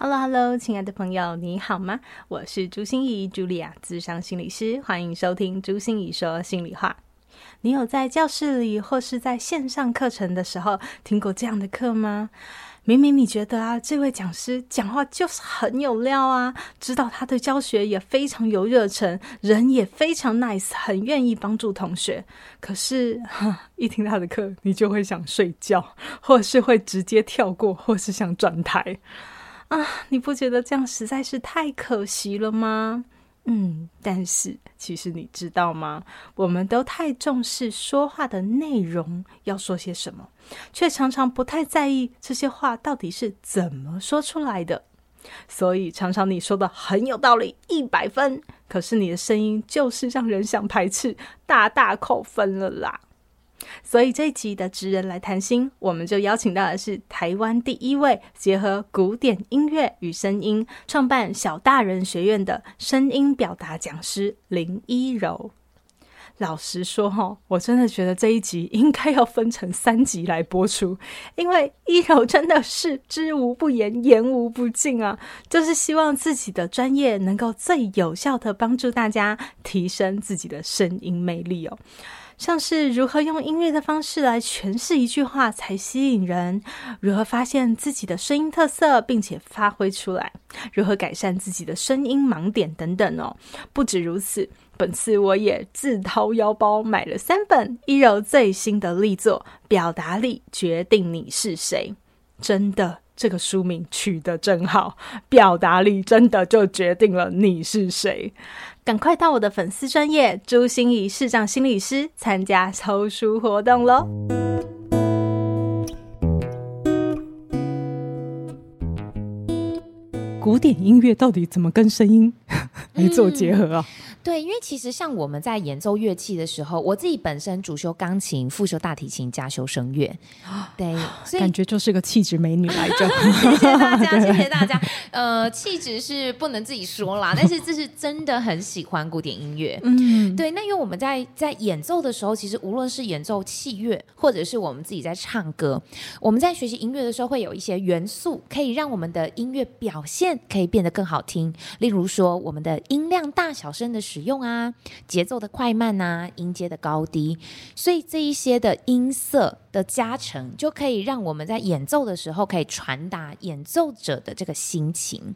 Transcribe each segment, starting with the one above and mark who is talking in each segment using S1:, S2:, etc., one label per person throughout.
S1: Hello Hello，亲爱的朋友，你好吗？我是朱心怡，茱莉亚，智商心理师，欢迎收听朱心怡说心里话。你有在教室里或是在线上课程的时候听过这样的课吗？明明你觉得啊，这位讲师讲话就是很有料啊，知道他对教学也非常有热忱，人也非常 nice，很愿意帮助同学。可是，一听他的课，你就会想睡觉，或是会直接跳过，或是想转台。啊，你不觉得这样实在是太可惜了吗？嗯，但是其实你知道吗？我们都太重视说话的内容要说些什么，却常常不太在意这些话到底是怎么说出来的。所以常常你说的很有道理，一百分，可是你的声音就是让人想排斥，大大扣分了啦。所以这一集的职人来谈心，我们就邀请到的是台湾第一位结合古典音乐与声音，创办小大人学院的声音表达讲师林一柔。老实说哈，我真的觉得这一集应该要分成三集来播出，因为一柔真的是知无不言，言无不尽啊，就是希望自己的专业能够最有效的帮助大家提升自己的声音魅力哦。像是如何用音乐的方式来诠释一句话才吸引人，如何发现自己的声音特色并且发挥出来，如何改善自己的声音盲点等等哦。不止如此，本次我也自掏腰包买了三本一柔最新的力作《表达力决定你是谁》，真的。这个书名取得真好，表达力真的就决定了你是谁。赶快到我的粉丝专业朱心怡市长心理师参加抽书活动喽！古典音乐到底怎么跟声音
S2: 嗯
S1: 来做结合啊？
S2: 对，因为其实像我们在演奏乐器的时候，我自己本身主修钢琴，副修大提琴，加修声乐。对，所
S1: 啊
S2: 以
S1: 感觉就是个气质美女来 着。
S2: 谢谢大 家，谢谢大家。呃，气质是不能自己说啦，但是这是真的很喜欢古典音乐。
S1: 嗯，
S2: 对，那因为我们在在演奏的时候，其实无论是演奏器乐，或者是我们自己在唱歌，我们在学习音乐的时候，会有一些元素可以让我们的音乐表现可以变得更好听。例如说，我们的音量大小声的使用啊，节奏的快慢啊，音阶的高低，所以这一些的音色的加成，就可以让我们在演奏的时候可以传达演奏者的这个心情。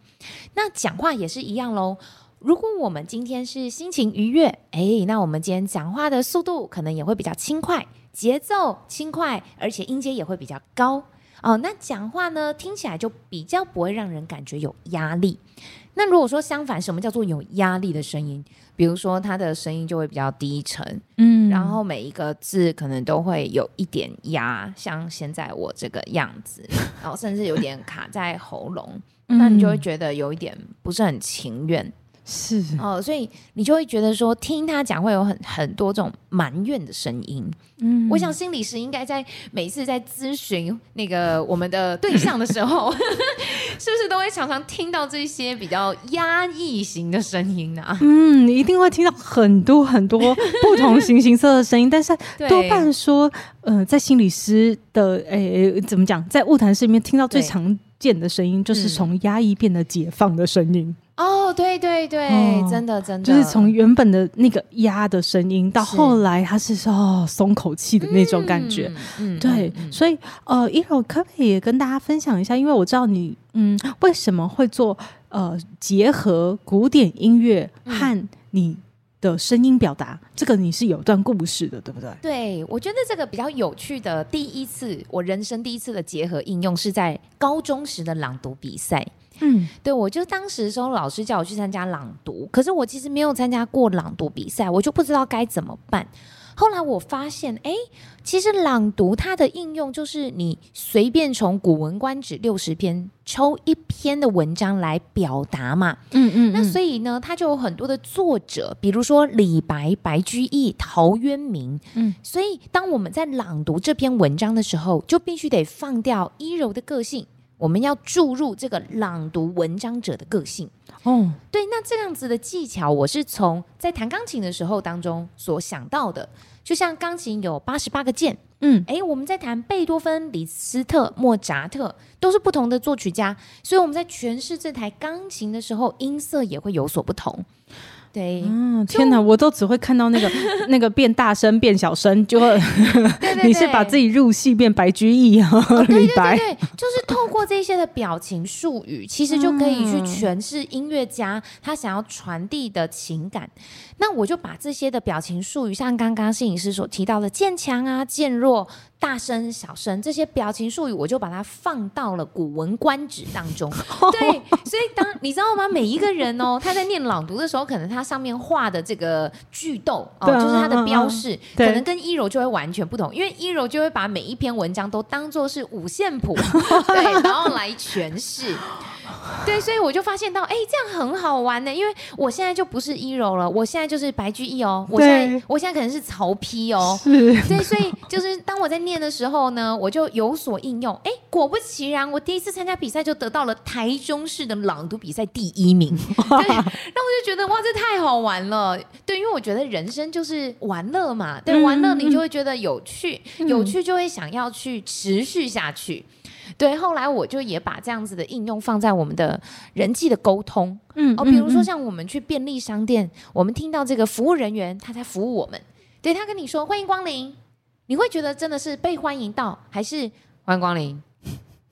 S2: 那讲话也是一样喽。如果我们今天是心情愉悦，哎，那我们今天讲话的速度可能也会比较轻快，节奏轻快，而且音阶也会比较高哦。那讲话呢，听起来就比较不会让人感觉有压力。那如果说相反，什么叫做有压力的声音？比如说他的声音就会比较低沉，
S1: 嗯
S2: 然后每一个字可能都会有一点压，像现在我这个样子，然后甚至有点卡在喉咙，那你就会觉得有一点不是很情愿。
S1: 是
S2: 哦，所以你就会觉得说，听他讲会有很很多种埋怨的声音。
S1: 嗯
S2: 我想心理师应该在每次在咨询那个我们的对象的时候， 是不是都会常常听到这些比较压抑型的声音啊呢、
S1: 嗯，一定会听到很多很多不同形形色色的声音，但是
S2: 对
S1: 多半说，呃，在心理师的诶、怎么讲，在物谈室里面听到最
S2: 对
S1: 常见的声音，就是
S2: 嗯
S1: 从压抑变得解放的声音，
S2: 哦，对对对，
S1: 哦
S2: 真的真的，
S1: 就是从原本的那个压的声音，到后来它是说哦松口气的那种感觉。
S2: 嗯，嗯
S1: 对，
S2: 嗯嗯
S1: 所以呃，一柔可不可以也跟大家分享一下？因为我知道你，嗯，为什么会做呃结合古典音乐和你的声音表达？这个你是有段故事的，对不对？
S2: 对，我觉得这个比较有趣的第一次，我人生第一次的结合应用是在高中时的朗读比赛。
S1: 嗯
S2: 对，我就当时的时候，老师叫我去参加朗读，可是我其实没有参加过朗读比赛，我就不知道该怎么办。后来我发现，哎，其实朗读它的应用就是你随便从《古文观止》六十篇抽一篇的文章来表达嘛。
S1: 嗯嗯
S2: 那所
S1: 以
S2: 以呢，它就有很多的作者，比如说李白、白居易、陶渊明。
S1: 嗯
S2: 嗯，所以当我们在朗读这篇文章的时候，就必须得放掉一柔的个性，我们要注入这个朗读文章者的个性。
S1: 哦，
S2: 对，那这样子的技巧，我是从在弹钢琴的时候当中所想到的。就像钢琴有八十八个键，
S1: 嗯
S2: 诶，我们在弹贝多芬、李斯特、莫扎特，都是不同的作曲家，所以我们在诠释这台钢琴的时候，音色也会有所不同。对，
S1: 嗯，天哪，我都只会看到 那个那个变大声变小声，就会
S2: 对对 对，
S1: 你是把自己入戏变白居易啊，李白，
S2: 对，就是透过这些的表情术语，其实就可以去
S1: 嗯
S2: 诠释音乐家他想要传递的情感。那我就把这些的表情术语，像刚刚摄影师所提到的渐强啊、渐弱、大声、小声这些表情术语，我就把它放到了《古文观止》当 中。对，所以当你知道吗？每一个人哦，他在念朗读的时候，可能他上面画的这个句逗哦，
S1: 对啊
S2: 就是他的标示，
S1: 对
S2: 可能跟 E 一柔就会完全不同，因为一 E 柔就会把每一篇文章都当做是五线 谱，对，然后来诠释。对，所以我就发现到，哎，这样很好玩呢，因为我现在就不是一柔了，我现在就是白居易哦，我现
S1: 对
S2: 在我现在可能是曹丕哦，
S1: 是
S2: 对，所以就是当我在念的时候呢，我就有所应用。哎，果不其然，我第一次参加比赛就得到了台中市的朗读比赛第一名。对，然后我就觉得哇，这太好玩了。对，因为我觉得人生就是玩乐嘛，对，
S1: 嗯
S2: 玩乐
S1: 嗯
S2: 你就会觉得有趣，有趣就会想要去持续下去。对，后来我就也把这样子的应用放在我们的人际的沟通
S1: 嗯
S2: 哦，比如说
S1: 嗯
S2: 像我们去便利商店，我们听到这个服务人员他在服务我们，对他跟你说欢迎光临，你会觉得真的是被欢迎到，还是欢迎光临？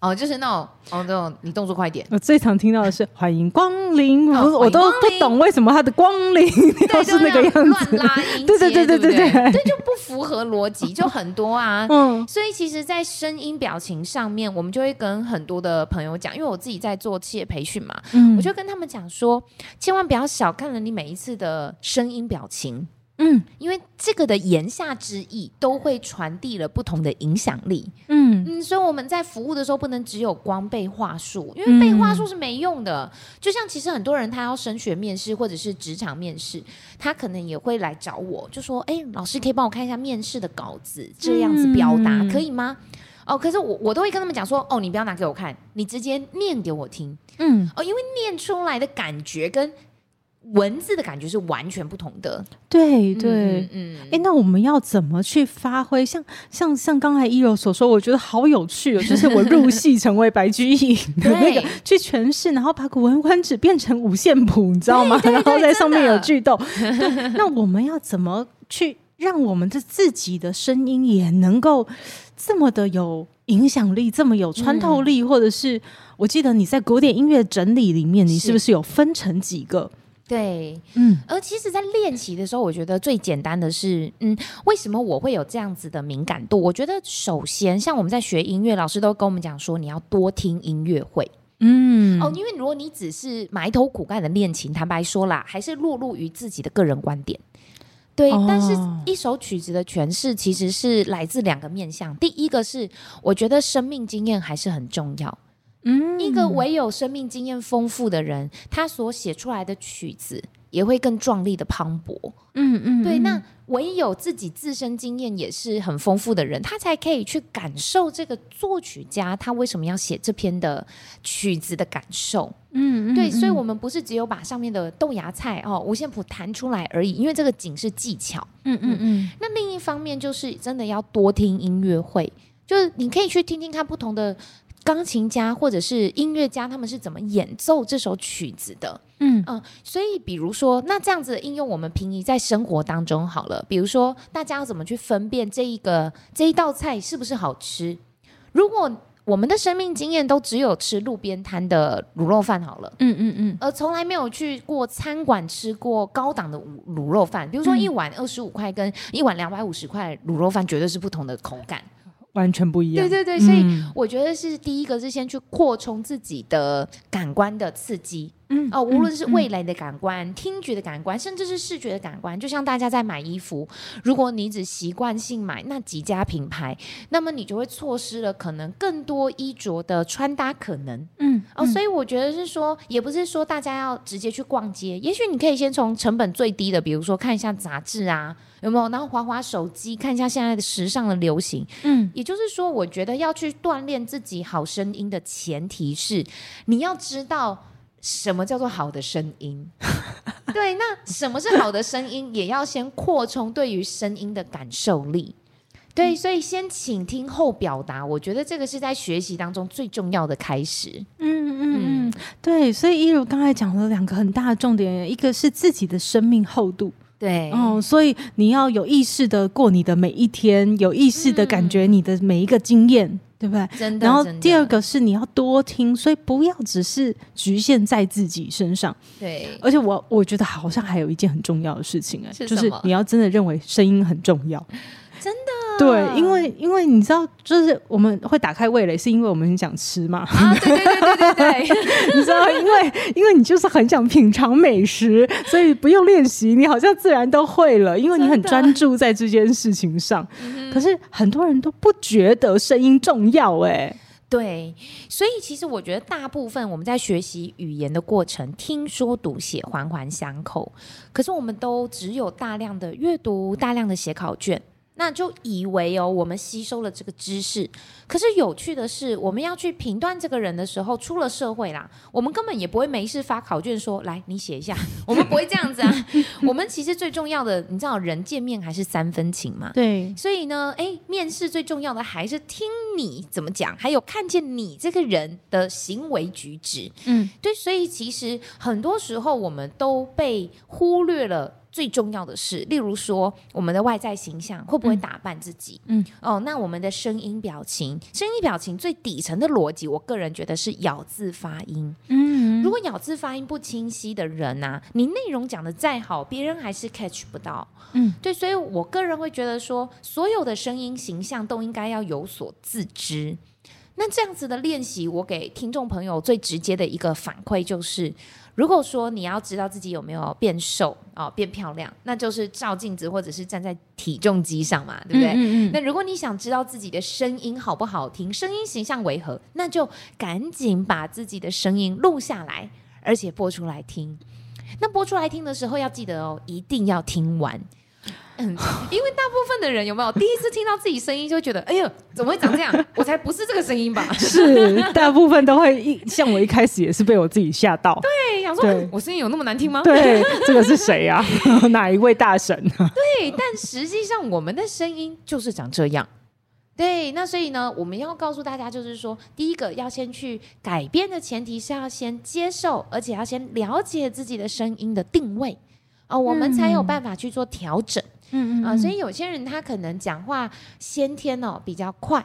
S2: 哦，就是那种哦，那种你动作快一点，
S1: 我最常听到的是“欢迎光临”，
S2: 哦
S1: 不是
S2: 欢
S1: 我
S2: 迎
S1: 都
S2: 光
S1: 不
S2: 临
S1: 懂为什么他的光临要
S2: 对，
S1: 是
S2: 就
S1: 那个样
S2: 乱
S1: 子。
S2: 拉音
S1: 对
S2: 节，
S1: 对对对
S2: 对
S1: 对
S2: 不
S1: 对
S2: 对，就不符合逻 辑，就很多啊。
S1: 嗯，
S2: 所以其实，在声音表情上面，我们就会跟很多的朋友讲，因为我自己在做企业培训嘛，
S1: 嗯
S2: 我就跟他们讲说，千万不要小看了你每一次的声音表情，
S1: 嗯
S2: 因为这个的言下之意都会传递了不同的影响力。
S1: 嗯
S2: 嗯，所以我们在服务的时候不能只有光背话术，因
S1: 嗯
S2: 为背话术是没用的。就像其实很多人他要升学面试或者是职场面试，他可能也会来找我，就说：“哎，老师可以帮我看一下面试的稿子，这样子表达、
S1: 嗯
S2: 可以吗？”哦，可是我我都会跟他们讲说：“哦，你不要拿给我看，你直接念给我听。”
S1: 嗯，
S2: 哦，因为念出来的感觉跟文字的感觉是完全不同的。
S1: 对对。
S2: 嗯，嗯
S1: 哎、那我们要怎么去发挥？像像像刚才一柔所说，我觉得好有趣哦，就是我入戏成为白居 易的那个
S2: 对
S1: 去诠释，然后把《古文观止》变成五线谱，你知道吗？然后在上面有句逗。对那我们要怎么去让我们的自己的声音也能够这么的有影响力，这么有穿
S2: 嗯
S1: 透力？或者是我记得你在古典音乐整理里面，你是
S2: 是
S1: 不是有分成几个？
S2: 对。
S1: 嗯
S2: 而其实，在练习的时候，我觉得最简单的是，嗯，为什么我会有这样子的敏感度？我觉得首先，像我们在学音乐，老师都跟我们讲说，你要多听音乐会、
S1: 嗯
S2: 哦，因为如果你只是埋头苦干的练琴，坦白说啦，还是落入于自己的个人观点。对，
S1: 哦
S2: 但是一首曲子的诠释其实是来自两个面向。第一个是，我觉得生命经验还是很重要。
S1: 嗯
S2: 一个唯有生命经验丰富的人，他所写出来的曲子也会更壮丽的磅礴。
S1: 嗯嗯
S2: 对，那唯有自己自身经验也是很丰富的人，他才可以去感受这个作曲家他为什么要写这篇的曲子的感受。
S1: 嗯嗯
S2: 对，所以我们不是只有把上面的豆芽菜哦五线谱弹出来而已，因为这个仅是技巧。
S1: 嗯嗯嗯
S2: 那另一方面就是真的要多听音乐会，就是你可以去听听看不同的钢琴家或者是音乐家他们是怎么演奏这首曲子的。
S1: 嗯
S2: 嗯，所以比如说，那这样子的应用，我们平移在生活当中好了。比如说，大家要怎么去分辨这一个这一道菜是不是好吃？如果我们的生命经验都只有吃路边摊的卤肉饭好了。
S1: 嗯嗯嗯，
S2: 而呃从来没有去过餐馆吃过高档的卤卤肉饭，比如说
S1: 嗯
S2: 一碗二十五块跟一碗两百五十块卤肉饭，绝对是不同的口感。
S1: 完全不一样。
S2: 对对对，所以
S1: 嗯
S2: 我觉得是第一个是先去扩充自己的感官的刺激，
S3: 嗯
S2: 哦，无论是味蕾的感官、听觉的感官，甚至是视觉的感官，就像大家在买衣服，如果你只习惯性买那几家品牌，那么你就会错失了可能更多衣着的穿搭可能。
S3: 嗯
S2: 哦，所以我觉得是说，也不是说大家要直接去逛街，也许你可以先从成本最低的，比如说看一下杂志啊，有没有，然后划划手机，看一下现在的时尚的流行。
S3: 嗯
S2: 也就是说，我觉得要去锻炼自己好声音的前提是，你要知道什么叫做好的声 音。对，那什么是好的声音，也要先扩充对于声音的感受力。
S3: 嗯
S2: 对，所以先倾听后表达，我觉得这个是在学习当中最重要的开始。
S3: 嗯嗯嗯，对，所以一如刚才讲了两个很大的重点，一个是自己的生命厚度，
S2: 对
S3: 哦，所以你要有意识的过你的每一天，有意识的感觉你的每一个经验，对不对？
S2: 嗯真的。
S3: 然后
S2: 真的
S3: 第二，个是你要多听，所以不要只是局限在自己身上。
S2: 对，
S3: 而且我我觉得好像还有一件很重要的事情、哎，
S2: 是
S3: 就
S2: 什
S3: 是
S2: 么
S3: 你要真的认为声音很重要，
S2: 真
S3: 的。对，因为因为你知道，就是我们会打开味蕾，是因为我们很想吃嘛，
S2: 啊，对对对对对对，
S3: 你知道，因为因为你就是很想品尝美食，所以不用练习，你好像自然都会了，因为你很
S2: 真的嗯
S3: 专注在这件事情上。可是很多人都不觉得声音重要、哎，
S2: 对，所以其实我觉得大部分我们在学习语言的过程，听说读写环环相扣，可是我们都只有大量的阅读、大量的写考卷。那就以为哦，我们吸收了这个知识。可是有趣的是，我们要去评断这个人的时候，出了社会啦，我们根本也不会没事发考卷说来你写一下， 我们不会这样子啊。 我们其实最重要的，你知道人见面还是三分情嘛。
S3: 对，
S2: 所以呢，哎，面试最重要的还是听你怎么讲，还有看见你这个人的行为举止。
S3: 嗯，
S2: 对，所以其实很多时候我们都被忽略了。最重要的是，例如说我们的外在形象会不会打扮自己？
S3: 嗯，
S2: 哦，那我们的声音、表情，声音、表情最底层的逻辑，我个人觉得是咬字发音。
S3: 嗯
S2: 如果咬字发音不清晰的人啊，你内容讲的再好，别人还是 catch 不到。
S3: 嗯，
S2: 对，所以我个人会觉得说，所有的声音形象都应该要有所自知。那这样子的练习，我给听众朋友最直接的一个反馈就是，如果说你要知道自己有没有变瘦哦、变漂亮，那就是照镜子或者是站在体重机上嘛，对不对？
S3: 嗯嗯
S2: 那如果你想知道自己的声音好不好听，声音形象为何，那就赶紧把自己的声音录下来，而且播出来听。那播出来听的时候要记得哦，一定要听完。嗯，因为大部分的人有没有第一次听到自己声音就觉得，哎呦，怎么会长这样？我才不是这个声音吧？
S3: 是，大部分都会一像我一开始也是被我自己吓到，
S2: 对，啊想说
S3: 对
S2: 我声音有那么难听吗？
S3: 对，这个是谁呀、啊？ 哪一位大神 啊？
S2: 对，但实际上我们的声音就是长这样。对，那所以呢，我们要告诉大家，就是说，第一个要先去改变的前提是要先接受，而且要先了解自己的声音的定位啊、我们才有办法去做调整
S3: 嗯
S2: 啊、所以有些人他可能讲话先天哦比较快，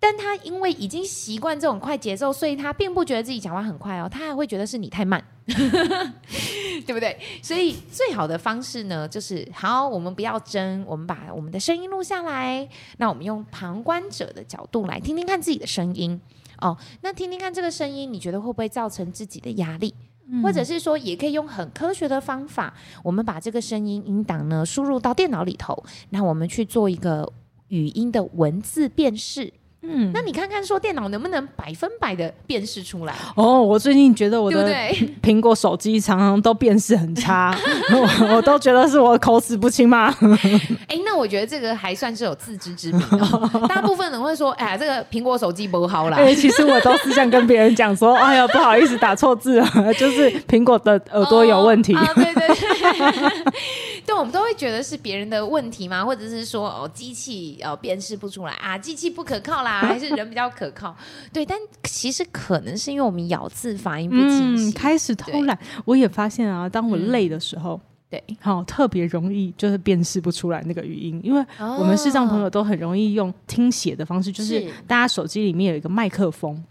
S2: 但他因为已经习惯这种快节奏，所以他并不觉得自己讲话很快哦，他还会觉得是你太慢， 对不对？所以最好的方式呢，就是好，我们不要争，我们把我们的声音录下来，那我们用旁观者的角度来听听看自己的声音。哦，那听听看这个声音，你觉得会不会造成自己的压力？
S3: 嗯
S2: 或者是说，也可以用很科学的方法，我们把这个声音音档呢输入到电脑里头，那我们去做一个语音的文字辨识。
S3: 嗯
S2: 那你看看，说电脑能不能百分百的辨识出来，
S3: 哦，我最近觉得我
S2: 对
S3: 的
S2: 不 对？
S3: 苹果手机常常都辨识很差， 我我都觉得是我口齿不清吗？
S2: 哎，那我觉得这个还算是有自知之明、哦。 大部分人会说，哎呀，这个苹果手机不好啦。
S3: 哎、其实我都是想跟别人讲说，哎呀，不好意思，打错字了， 就是苹果的耳朵有问题。
S2: 哦啊对对对， 对，我们都会觉得是别人的问题嘛，或者是说哦，机器哦辨识不出来啊，机器不可 靠啦，还是人比较可靠？对，但其实可能是因为我们咬字发音不清
S3: 嗯，
S2: 晰，
S3: 开始偷懒，我也发现啊，当我累的时候，
S2: 对，
S3: 好、特别容易就是辨识不出来那个语音，因为我们视障朋友都很容易用听写的方式，就是
S2: 哦是
S3: 大家手机里面有一个麦克风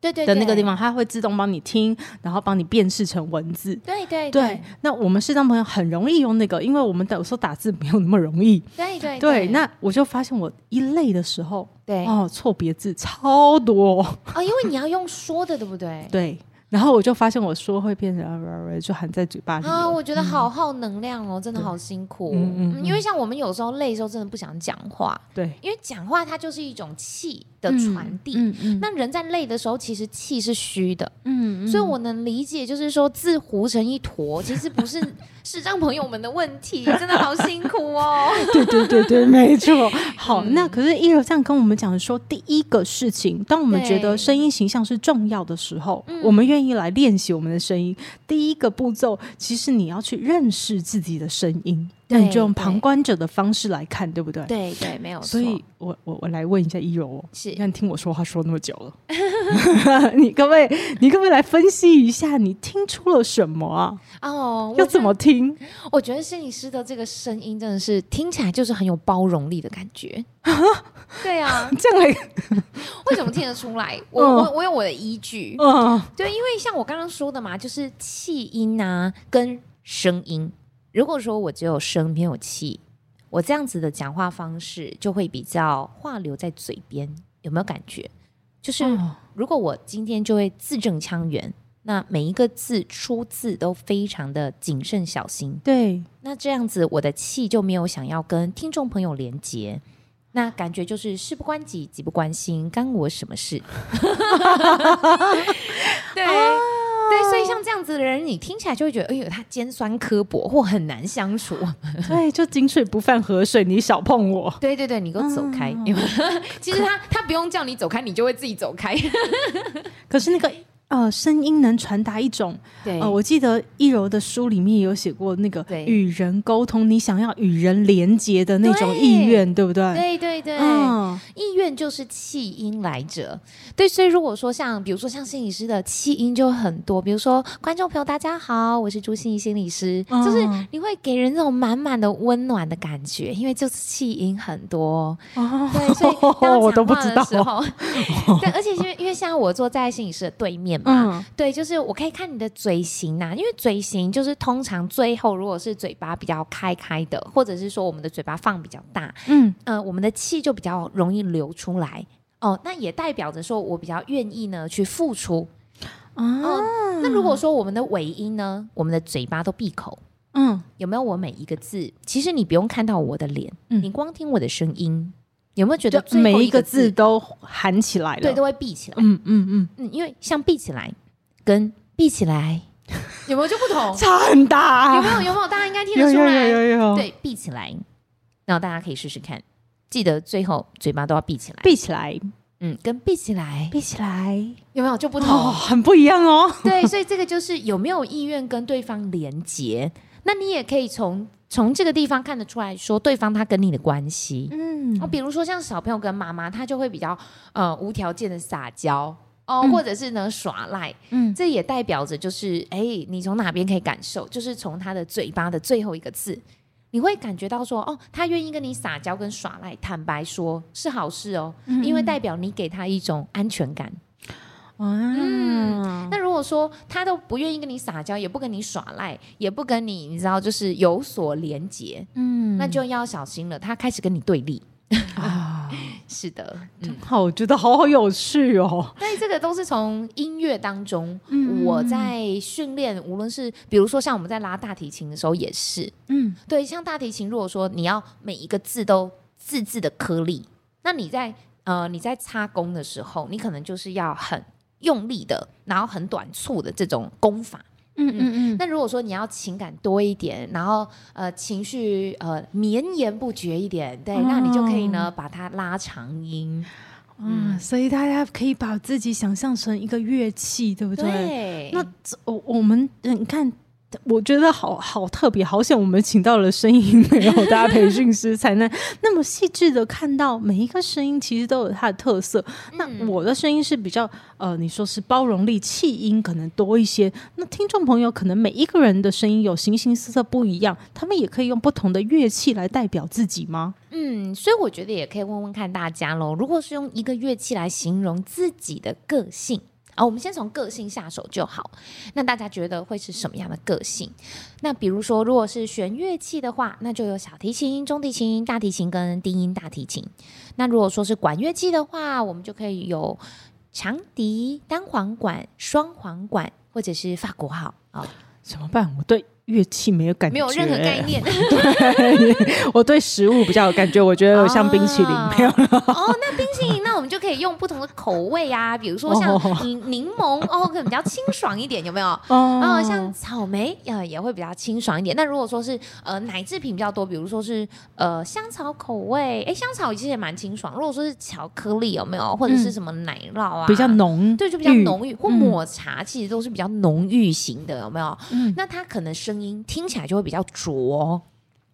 S2: 对对
S3: 的那个地方，
S2: 方，
S3: 它会自动帮你听，然后帮你辨识成文字。
S2: 对对
S3: 对，那我们视障朋友很容易用那个，因为我们有时候打字没有那么容易。
S2: 对对
S3: 对，那我就发现我一累的时候，
S2: 对
S3: 哦哦，错别字超多，
S2: 哦，因为你要用说的，对不对？
S3: 对。然后我就发现我说会变成啊啊啊就含在嘴巴里
S2: 啊，
S3: 了
S2: 我觉得好耗能量哦，真的好辛苦。
S3: 嗯嗯
S2: 嗯，因为像我们有时候累的时候，真的不想讲话，
S3: 对
S2: 因为讲话它就是一种气的传递。
S3: 嗯嗯
S2: 那人在累的时候，其实气是虚的，
S3: 嗯
S2: 所以我能理解，就是说自糊成一 坨，其实不是视障朋友们的问 题，真的好辛苦哦。
S3: 对对对对，没 错。好，
S2: 嗯
S3: 那可是一柔这样跟我们讲说，第一个事情，当我们觉得
S2: 对
S3: 声音形象是重要的时候
S2: 嗯，
S3: 我们愿意来练习我们的声音。第一个步骤，其实你要去认识自己的声音，那你
S2: 对
S3: 就用
S2: 对
S3: 旁观者的方式来看，对不对？
S2: 对对，没有哦错，
S3: 所以我我我来问一下一柔哦，
S2: 是
S3: 你看听我说话说那么久了， 你可不可以你可不可以来分析一下，你听出了什么啊？
S2: 哦，我
S3: 要
S2: 觉
S3: 怎么听？
S2: 得？我觉得心理师的这个声音真的是听起来就是很有包容力的感 觉。对啊，
S3: 这样 来，
S2: 为什么听得出来？我
S3: 嗯
S2: 我我有我的依据。
S3: 嗯，
S2: 对，因为像我刚刚说的嘛，就是气音啊跟声音。如果说我只有声没有气，我这样子的讲话方式就会比较话留在嘴边，有没有感觉？就是
S3: 哦
S2: 如果我今天就会字正腔圆，那每一个字出字都非常的谨慎小心，
S3: 对，
S2: 那这样子我的气就没有想要跟听众朋友连接。那感觉就是事不关己，己不关心，干我什么事？ 对、对，所以像这样子的人，你听起来就会觉得，哎呦，他尖酸刻薄或很难相处。
S3: 对，就井水不犯河水，你少碰我。
S2: 对对对，你给我走开！
S3: 嗯
S2: 有没 有其实他他不用叫你走开，你就会自己走开。
S3: 可是那个呃，声音能传达一种
S2: 对
S3: 呃，我记得一柔的书里面有写过那个
S2: 对
S3: 与人沟通，你想要与人连接的那种意愿，对不对？
S2: 对对对，
S3: 嗯，
S2: 意愿就是气音来着，对，所以如果说像比如说像心理师的气音就很多，比如说观众朋友大家好，我是朱心怡心理师，
S3: 嗯
S2: 就是你会给人那种满满的温暖的感觉，因为就是气音很 多，
S3: 哦
S2: 对，所以当
S3: 我都不
S2: 讲话
S3: 知
S2: 的
S3: 道
S2: 时候， 对，而且因为因为像我坐在心理师的对面嘛，
S3: 嗯，
S2: 对，就是我可以看你的嘴型啊呐、因为嘴型就是通常最后如果是嘴巴比较开开的，或者是说我们的嘴巴放比较大，
S3: 嗯，
S2: 呃，我们的气就比较容易流出来。哦，那也代表着说我比较愿意呢去付出。
S3: 啊，
S2: 哦，那如果说我们的尾音呢，我们的嘴巴都闭口，
S3: 嗯，
S2: 有没有？我每一个字，其实你不用看到我的脸，
S3: 嗯
S2: 你光听我的声音，有没有觉得
S3: 就
S2: 最后
S3: 每一
S2: 个
S3: 个字都喊起来了。
S2: 对都会闭起来？
S3: 嗯嗯嗯，
S2: 嗯，因为像闭起来跟闭起来 有没有就不 同？
S3: 差很
S2: 有
S3: 大
S2: 没，有？有没有？大家应该听
S3: 哦有
S2: 得出
S3: 有
S2: 来。
S3: 有有有，，
S2: 对，闭起来，然后大家可以试试看，记得最后嘴巴都要闭起来。
S3: 闭起来，
S2: 嗯，跟闭起来
S3: 闭起来，
S2: 有没有就不同？
S3: 哦，很不一样哦。
S2: 对，所以这个就是有没有意愿跟对方连接。那你也可以从从这个地方看得出来说，对方他跟你的关系。
S3: 嗯
S2: 哦，比如说像小朋友跟妈妈，他就会比较呃无条件的撒娇哦，
S3: 嗯
S2: 或者是呢耍赖，
S3: 嗯，
S2: 这也代表着就是哎，你从哪边可以感受，就是从他的嘴巴的最后一个字。你会感觉到说，哦，他愿意跟你撒娇跟耍赖，坦白说是好事哦，因为代表你给他一种安全感。
S3: 嗯，
S2: 那如果说他都不愿意跟你撒娇，也不跟你耍赖，也不跟你，你知道，就是有所连结，
S3: 嗯
S2: 那就要小心了。他开始跟你对立，
S3: 啊，
S2: 是的，嗯
S3: 好，我觉得好好有趣哦。
S2: 但是这个都是从音乐当中，
S3: 嗯
S2: 我在训练，无论是比如说像我们在拉大提琴的时候也是，
S3: 嗯，
S2: 对，像大提琴，如果说你要每一个字都字字的颗粒，那你在呃你在擦弓的时候，你可能就是要很用力的，然后很短促的这种弓法。
S3: 嗯嗯嗯，
S2: 那如果说你要情感多一点，然后呃情绪呃绵延不绝一点，对，那你就可以呢把它拉长音，
S3: 啊，所以大家可以把自己想象成一个乐器，对不对？
S2: 对
S3: 那这我我们嗯你看。我觉得好好特别，好险我们请到了声音美容大家 培训师，才能那么细致的看到每一个声音其实都有它的特色。那我的声音是比较呃，你说是包容力，气音可能多一些。那听众朋友可能每一个人的声音有形形色色不一样，他们也可以用不同的乐器来代表自己吗？
S2: 嗯，所以我觉得也可以问问看大家喽。如果是用一个乐器来形容自己的个性，啊、我们先从个性下手就好。那大家觉得会是什么样的个性？那比如说，如果是弦乐器的话，那就有小提琴、中提琴、大提琴跟低音大提琴。那如果说是管乐器的话，我们就可以有长笛、单簧管、双簧管，或者是法国号啊、哦
S3: 怎么办？我对乐器没有感觉，
S2: 没有任何概。念。
S3: 我 对 食物比较有感觉，我觉得像冰淇淋、
S2: 啊
S3: 没有了。
S2: 哦，那冰淇淋，那我们就可以用不同的口味啊，比如说像
S3: 哦
S2: 柠柠檬，哦，可能比较清爽一点，有没有？
S3: 哦
S2: 哦，像草莓，呃，也会比较清爽一点。那如果说是呃奶制品比较多，比如说是呃香草口味，哎，香草其实也蛮清爽。如果说是巧克力，有没有？或者是什么奶酪啊，
S3: 嗯比较，浓，
S2: 对，就比较
S3: 郁嗯
S2: 浓郁，或抹茶，其实都是比较浓郁型的，有没有？
S3: 嗯
S2: 那它可能声音听起来就会比较浊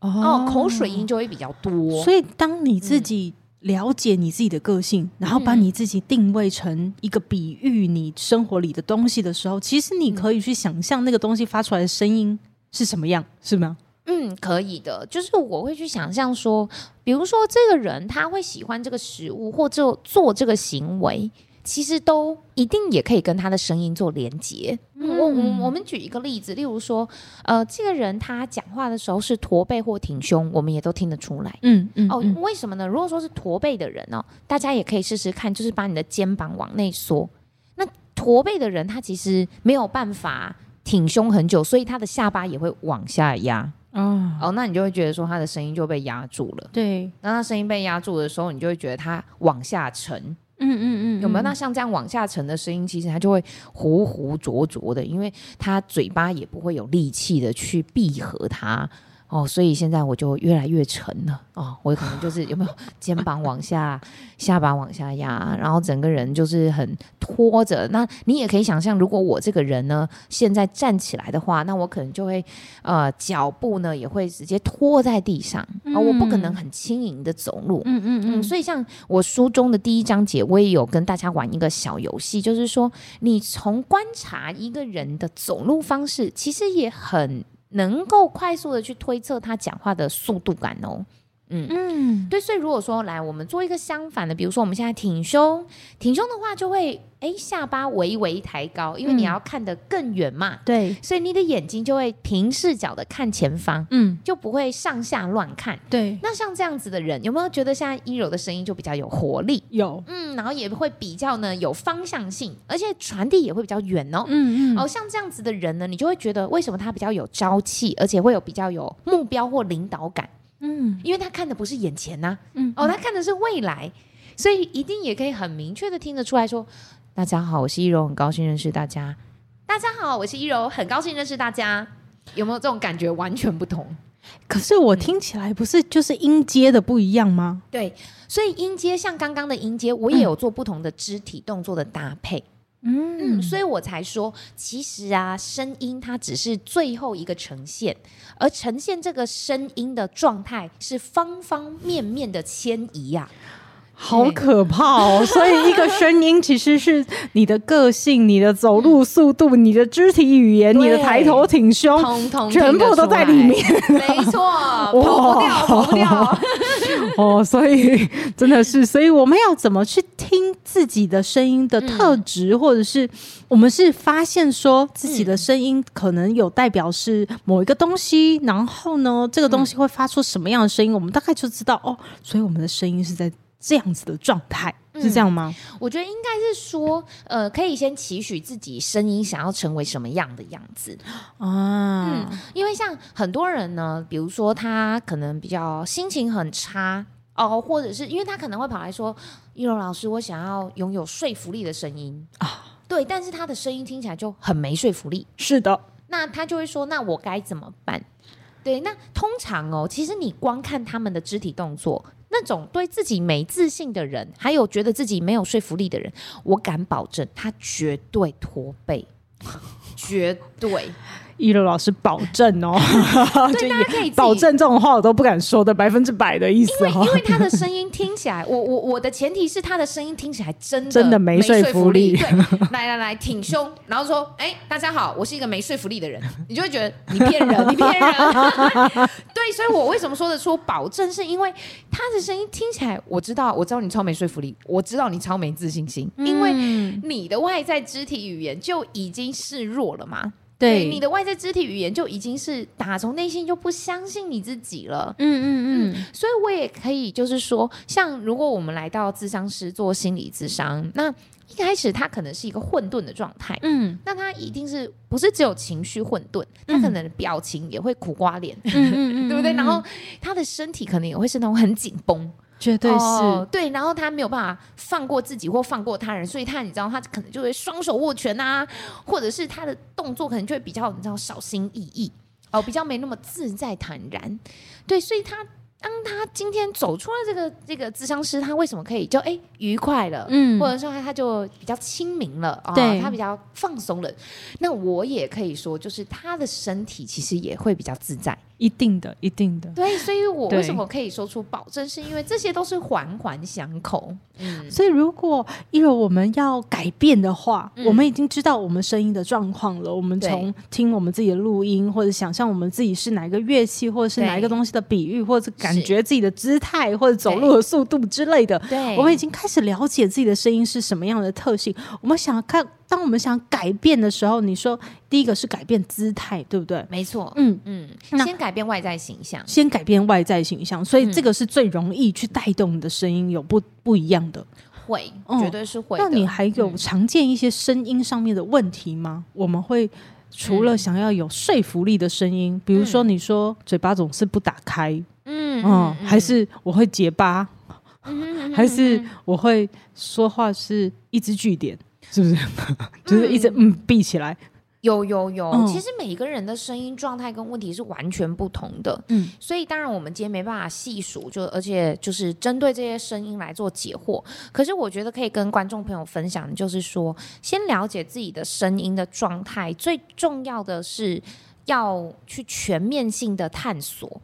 S2: 哦，口水音就会比较多。
S3: 所以，当你自
S2: 嗯
S3: 己了解你自己的个性，然后把你自己定位成一个比喻你生活里的东西的时候，其实你可以去想象那个东西发出来的声音是什么样，是吗？
S2: 嗯，可以的，就是我会去想象说，比如说这个人他会喜欢这个食物或者做这个行为，其实都一定也可以跟他的声音做连接。嗯、我我我们举一个例子，例如说，呃，这个人他讲话的时候是驼背或挺胸，我们也都听得出来。
S3: 嗯嗯
S2: 哦，为什么呢？如果说是驼背的人哦，大家也可以试试看，就是把你的肩膀往内缩。那驼背的人，他其实没有办法挺胸很久，所以他的下巴也会往下压。
S3: 啊，
S2: 哦，那你就会觉得说他的声音就被压住了。
S3: 对，
S2: 那他声音被压住的时候，你就会觉得他往下沉，
S3: 嗯嗯
S2: 有没有？那像这样往下沉的声音，其实他就会糊糊浊浊的，因为他嘴巴也不会有力气的去闭合它。哦，所以现在我就越来越沉了哦，我可能就是有没有肩膀往下，下巴往下压，然后整个人就是很拖着。那你也可以想象，如果我这个人呢现在站起来的话，那我可能就会呃脚步呢也会直接拖在地上，啊、我不可能很轻盈的走路。
S3: 嗯嗯
S2: 嗯，所以像我书中的第一章节，我也有跟大家玩一个小游戏，就是说你从观察一个人的走路方式，其实也很能够快速的去推测他讲话的速度感哦。嗯，
S3: 嗯
S2: 对，所以如果说来，我们做一个相反的，比如说我们现在挺胸，挺胸的话就会哎下巴微微抬高，因为你
S3: 嗯
S2: 要看得更远嘛，
S3: 对，
S2: 所以你的眼睛就会平视角的看前方，
S3: 嗯
S2: 就不会上下乱看。
S3: 对，
S2: 那像这样子的人，有没有觉得现在一柔的声音就比较有活力？
S3: 有，
S2: 嗯，然后也会比较呢有方向性，而且传递也会比较远哦。
S3: 嗯
S2: 哦，像这样子的人呢，你就会觉得为什么他比较有朝气，而且会有比较有目标或领导感，
S3: 嗯
S2: 因为他看的不是眼前呐、
S3: 嗯
S2: 哦，他看的是未来，所以一定也可以很明确的听得出来说：“大家好，我是一柔，很高兴认识大家。”“大家好，我是一柔，很高兴认识大家。”有没有这种感觉？完全不同。
S3: 可是我听起来不是就是音阶的不一样吗？
S2: 对，所以音阶像刚刚的音阶，我
S3: 嗯
S2: 也有做不同的肢体动作的搭配，嗯，所以我才说，其实啊，声音它只是最后一个呈现，而呈现这个声音的状态是方方面面的迁移啊呀、
S3: 好可怕哦！所以一个声音其实是你的个性、你的走路速度、你的肢体语言、
S2: 对
S3: 你的抬头挺胸，
S2: 通通
S3: 哦全
S2: 听得
S3: 部都
S2: 出
S3: 在
S2: 来
S3: 里面，
S2: 没错，跑不掉，跑不 掉。
S3: 哦，所以真的是，所以我们要怎么去听自己的声音的特质，或者是我们是发现说自己的声音可能有代表是某一个东西，然后呢，这个东西会发出什么样的声音，我们大概就知道哦。所以我们的声音是在这样子的状态，是这样吗？
S2: 我觉得应该是说，呃，可以先期许自己声音想要成为什么样的样子，
S3: 啊，
S2: 因为像很多人呢，比如说他可能比较心情很差哦，或者是因为他可能会跑来说：“玉龙老师，我想要拥有说服力的声音啊。”对，但是他的声音听起来就很没说服力，
S3: 是的，
S2: 那他就会说：“那我该怎么办？”对，那通常哦，其实你光看他们的肢体动作，那种对自己没自信的人，还有觉得自己没有说服力的人，我敢保证，他绝对驼背，绝对。
S3: 一楼老师保证 哦，
S2: 对，大家可以自己
S3: 保证这种话我都不敢说的，百分之百的意思
S2: 因为
S3: 哦
S2: 因。为他的声音听起来，我我我的前提是他的声音听起来真的
S3: 真的没说
S2: 说
S3: 服力
S2: 对，来来来，挺胸，然后说，哎，大家好，我是一个没说服力的人，你就会觉得你骗 人，你骗人。 对，所以我为什么说得出保证，是因为他的声音听起来，我知道，我知道你超没说服力，我知道你超没自信心，
S3: 嗯
S2: 因为你的外在肢体语言就已经示弱了嘛。
S3: 对
S2: 你的外在肢体语言就已经是打从内心就不相信你自己了。
S3: 嗯嗯嗯，
S2: 所以我也可以就是说，像如果我们来到咨商师做心理咨商，那。一开始它可能是一个混沌的状态，
S1: 嗯
S2: 那它一定是不是只有情绪混沌，它可
S1: 嗯
S2: 能表情也会苦瓜脸，
S1: 嗯
S2: 对不对？然后他的身体可能也会是那种很紧绷，
S3: 绝对是、
S2: 哦对，然后他没有办法放过自己或放过他人，所以他你知道他可能就会双手握拳啊，或者是他的动作可能就会比较你知道小心翼翼哦，比较没那么自在坦然，对，所以他。当他今天走出了这个这个智商师，他为什么可以就哎愉快了，
S1: 嗯
S2: 或者说他他就比较亲民了啊、
S3: 对
S2: 他比较放松了。那我也可以说，就是他的身体其实也会比较自在。
S3: 一定的，一定的。
S2: 对，所以我
S3: 对
S2: 为什么可以说出保证，是因为这些都是环环相扣。嗯，
S3: 所以，如果一如我们要改变的话，
S2: 嗯
S3: 我们已经知道我们声音的状况了。我们
S2: 对
S3: 从听我们自己的录音，或者想象我们自己是哪一个乐器，或者是
S2: 对
S3: 哪一个东西的比喻，或者感
S2: 是
S3: 觉自己的姿态，或者走路的速度之类的，
S2: 对，
S3: 我们已经开始了解自己的声音是什么样的特性。我们想看，当我们想改变的时候，你说第一个是改变姿态，对不对？
S2: 没错。
S3: 嗯，
S2: 嗯，
S3: 那
S2: 先改变外在形象。
S3: 先改变外在形象，所以
S2: 嗯
S3: 这个是最容易去带动你的声音有不不一样的。
S2: 会，
S3: 哦
S2: 绝对是会的。
S3: 那你还有常见一些声音上面的问题吗？我们会除了想要有说服力的声音，比如说你说嘴巴总是不打开，
S2: 嗯
S3: 嗯，还是我会结巴， 还是我会说话是一直句点，是不 是？就是一直嗯闭起来，
S2: 有有有、
S3: 嗯
S2: 其实每个人的声音状态跟问题是完全不同的。
S3: 嗯
S2: 嗯，所以当然我们今天没办法细数，就而且就是针对这些声音来做解惑。可是我觉得可以跟观众朋友分享，就是说，先了解自己的声音的状态，最重要的是要去全面性的探索。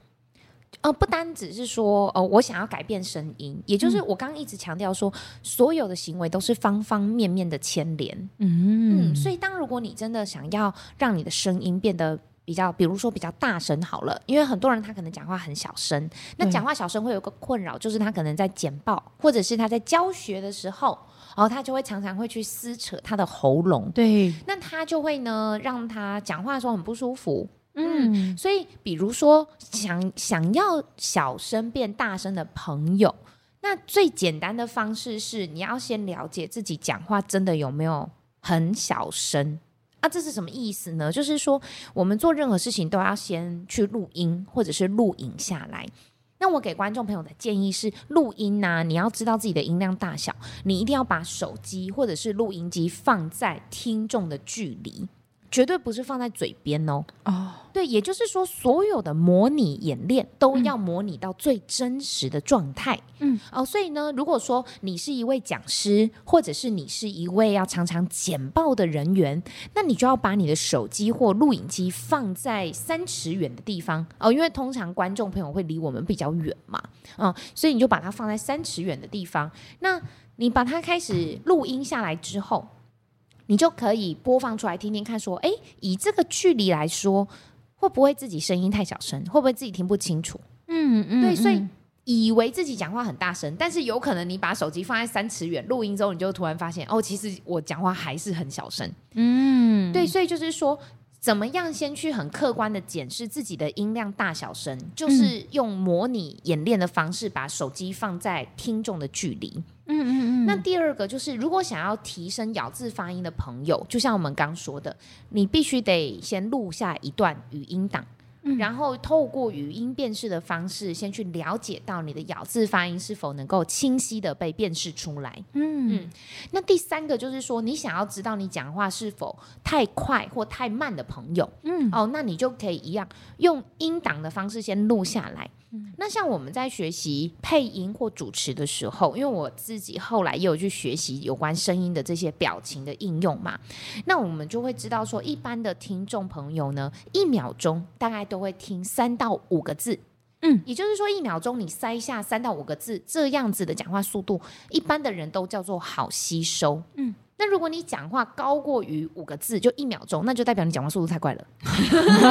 S2: 呃，不单只是说，呃，我想要改变声音，也就是我刚刚一直强调说，所有的行为都是方方面面的牵连。
S3: 嗯
S2: 嗯，所以当如果你真的想要让你的声音变得比较，比如说比较大声好了，因为很多人他可能讲话很小声，那
S3: 对
S2: 讲话小声会有个困扰，就是他可能在简报或者是他在教学的时候，然后他就会常常会去撕扯他的喉咙，
S3: 对，
S2: 那他就会呢让他讲话的时候很不舒服。嗯，
S3: 嗯，
S2: 所以比如说想想要小声变大声的朋友，那最简单的方式是你要先了解自己讲话真的有没有很小声。啊，这是什么意思呢？就是说，我们做任何事情都要先去录音，或者是录影下来。那我给观众朋友的建议是，录音呐、你要知道自己的音量大小，你一定要把手机或者是录音机放在听众的距离，绝对不是放在嘴边哦。
S3: 哦，
S2: 对，也就是说，所有的模拟演练都要模拟到最真实的状态。
S3: 嗯
S2: 嗯，哦，所以呢，如果说你是一位讲师，或者是你是一位要常常简报的人员，那你就要把你的手机或录影机放在三尺远的地方哦，因为通常观众朋友会离我们比较远嘛，嗯，所以你就把它放在三尺远的地方。那你把它开始录音下来之后。你就可以播放出来听听看，说，诶，以这个距离来说，会不会自己声音太小声？会不会自己听不清楚？
S1: 嗯嗯
S2: 对，所以以为自己讲话很大声，但是有可能你把手机放在三尺远录音之后，你就突然发现，哦，其实我讲话还是很小声。
S1: 嗯
S2: 对，所以就是说。怎么样先去很客观的检视自己的音量大小声，就是用模拟演练的方式，把手机放在听众的距离。
S1: 嗯嗯嗯，
S2: 那第二个就是，如果想要提升咬字发音的朋友，就像我们刚说的，你必须得先录下一段语音档。然后透过语音辨识的方式，先去了解到你的咬字发音是否能够清晰的被辨识出来。
S1: 嗯
S2: 那第三个就是说，你想要知道你讲话是否太快或太慢的朋友，
S1: 嗯
S2: 嗯，哦，那你就可以一样用音档的方式先录下来。那像我们在学习配音或主持的时候，因为我自己后来也有去学习有关声音的这些表情的应用嘛，那我们就会知道说，一般的听众朋友呢，一秒钟大概都会听三到五个字。
S1: 嗯，
S2: 也就是说，一秒钟你塞下三到五个字这样子的讲话速度，一般的人都叫做好吸收。
S1: 嗯
S2: 嗯，那如果你讲话高过于五个字，就一秒钟，那就代表你讲话速度太快了。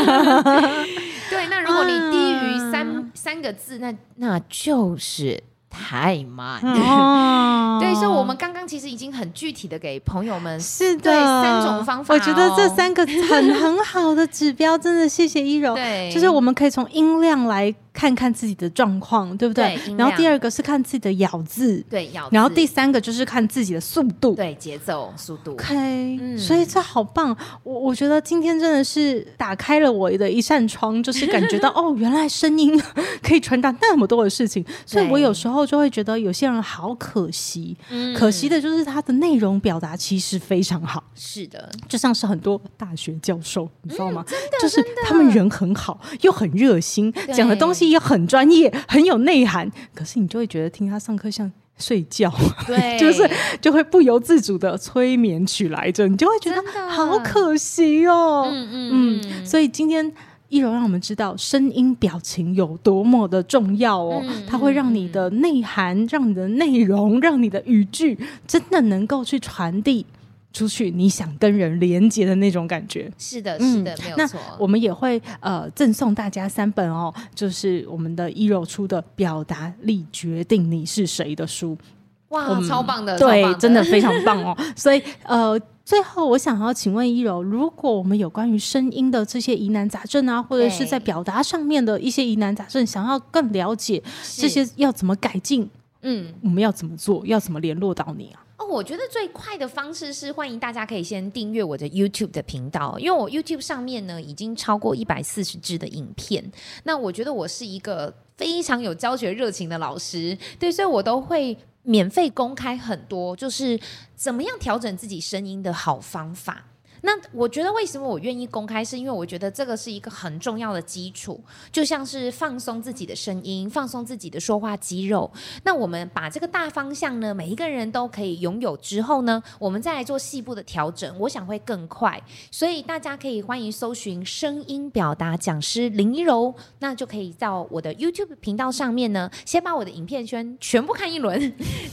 S2: 对，那如果你低于三、
S3: 嗯
S2: 三个字，那那就是太慢。
S3: 嗯哦
S2: 对，所以我们刚刚其实已经很具体的给朋友们
S3: 是的，
S2: 对三种方法
S3: 我觉得这
S2: 哦
S3: 三个很很好的指标，真的谢谢一柔。
S2: 对，
S3: 就是我们可以从音量来看看自己的状况，对不对？
S2: 对音
S3: 然后第
S2: 量
S3: 二个是看自己的咬字，
S2: 对，咬字，
S3: 然后第三个就是看自己的速度。
S2: 对节奏、速 度，
S3: OK，、
S2: 嗯
S3: 所以这好棒！我我觉得今天真的是打开了我的一扇窗，就是感觉 到哦，原来声音可以传达那么多的事情。所以我有时候就会觉得有些人好可惜，
S2: 嗯
S3: 可惜的就是他的内容表达其实非常好，
S2: 是的，
S3: 就像是很多大学教授，你知道吗？就是他们人很好，又很热心，讲的东西也很专业，很有内涵。可是你就会觉得听他上课像睡觉。
S2: 对，
S3: 就是就会不由自主的催眠起来着，你就会觉
S2: 真
S3: 得
S2: 的
S3: 好可惜哦。
S2: 嗯嗯
S3: 嗯
S2: 嗯，
S3: 所以今天一柔让我们知道声音表情有多么的重要哦，
S2: 嗯
S3: 它会让你的内涵、让你的内容、让你的语句真的能够去传递出去，你想跟人连接的那种感觉。
S2: 是的，
S3: 嗯
S2: 是的，没有
S3: 那
S2: 错，
S3: 我们也会呃赠送大家三本哦，就是我们的一柔出的《表达力决定你是谁》的书。我
S2: 哇，
S3: 们
S2: 超棒的，超
S3: 对，
S2: 棒
S3: 真的非常棒 哦。所以呃，最后我想要请问一柔，如果我们有关于声音的这些疑难杂症啊，或者是在
S2: 对
S3: 表达上面的一些疑难杂症，想要更了解这
S2: 是
S3: 些要怎么改进，
S2: 嗯。
S3: 我们要怎么做，要怎么联络到你啊？
S2: 哦，我觉得最快的方式是欢迎大家可以先订阅我的 YouTube 的频道，因为我 YouTube 上面呢已经超过一百四十支的影片。那我觉得我是一个非常有教学热情的老师，对，所以我都会。免费公开很多，就是怎么样调整自己声音的好方法。那我觉得为什么我愿意公开，是因为我觉得这个是一个很重要的基础，就像是放松自己的声音，放松自己的说话肌肉，那我们把这个大方向呢，每一个人都可以拥有之后呢，我们再来做细部的调整，我想会更快。所以大家可以欢迎搜寻声音表达讲师林一柔，那就可以到我的 YouTube 频道上面呢，先把我的影片圈全部看一轮。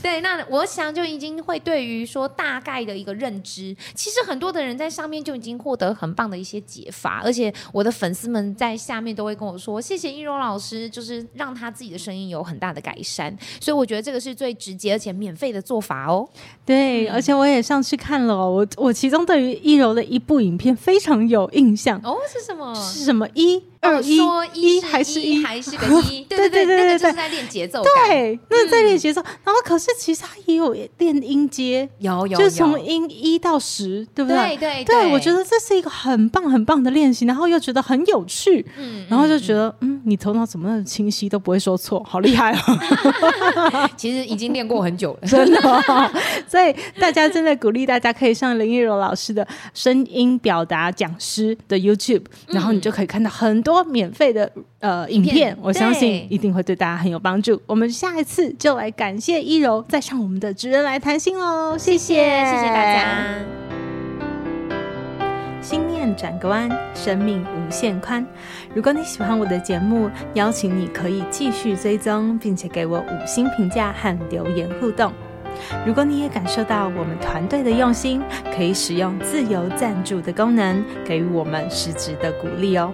S2: 对，那我想就已经会对于说大概的一个认知，其实很多的人在上面就已经获得很棒的一些解法，而且我的粉丝们在下面都会跟我说，谢谢一柔老师，就是让他自己的声音有很大的改善，所以我觉得这个是最直接而且免费的做法哦。
S3: 对，而且我也上去看了、哦，我我其中对于一柔的一部影片非常有印象，
S2: 哦，是什么？
S3: 是什么一二
S2: 哦
S3: 一
S2: 说一
S3: 还
S2: 是
S3: 是一
S2: 还是个一，对
S3: 对对
S2: 对
S3: 对
S2: 那个就
S3: 对
S2: 是在练节奏感，嗯
S3: 对，那在练节奏，然后可是其实他也有练音阶，
S2: 有有
S3: 就
S2: 有，
S3: 是从音一到十，对不
S2: 对对
S3: 对，我觉得这是一个很棒很棒的练习，然后又觉得很有趣，
S2: 嗯，
S3: 然后就觉得嗯，你头脑怎么那么清晰都不会说错，好厉害 哦，
S2: 其实已经练过很久了。
S3: 真的 哦、所以大家真的鼓励大家可以上林一柔老师的声音表达讲师的 YouTube，然
S2: 嗯
S3: 后你就可以看到很多免费的呃影
S2: 片
S3: 片，我相信
S2: 对
S3: 一定会对大家很有帮助。我们下一次就来感谢一柔再上我们的职人来谈心喽，谢谢，
S2: 谢谢大家。
S1: 心念转个弯，生命无限宽。如果你喜欢我的节目，邀请你可以继续追踪，并且给我五星评价和留言互动。如果你也感受到我们团队的用心，可以使用自由赞助的功能，给予我们实质的鼓励哦。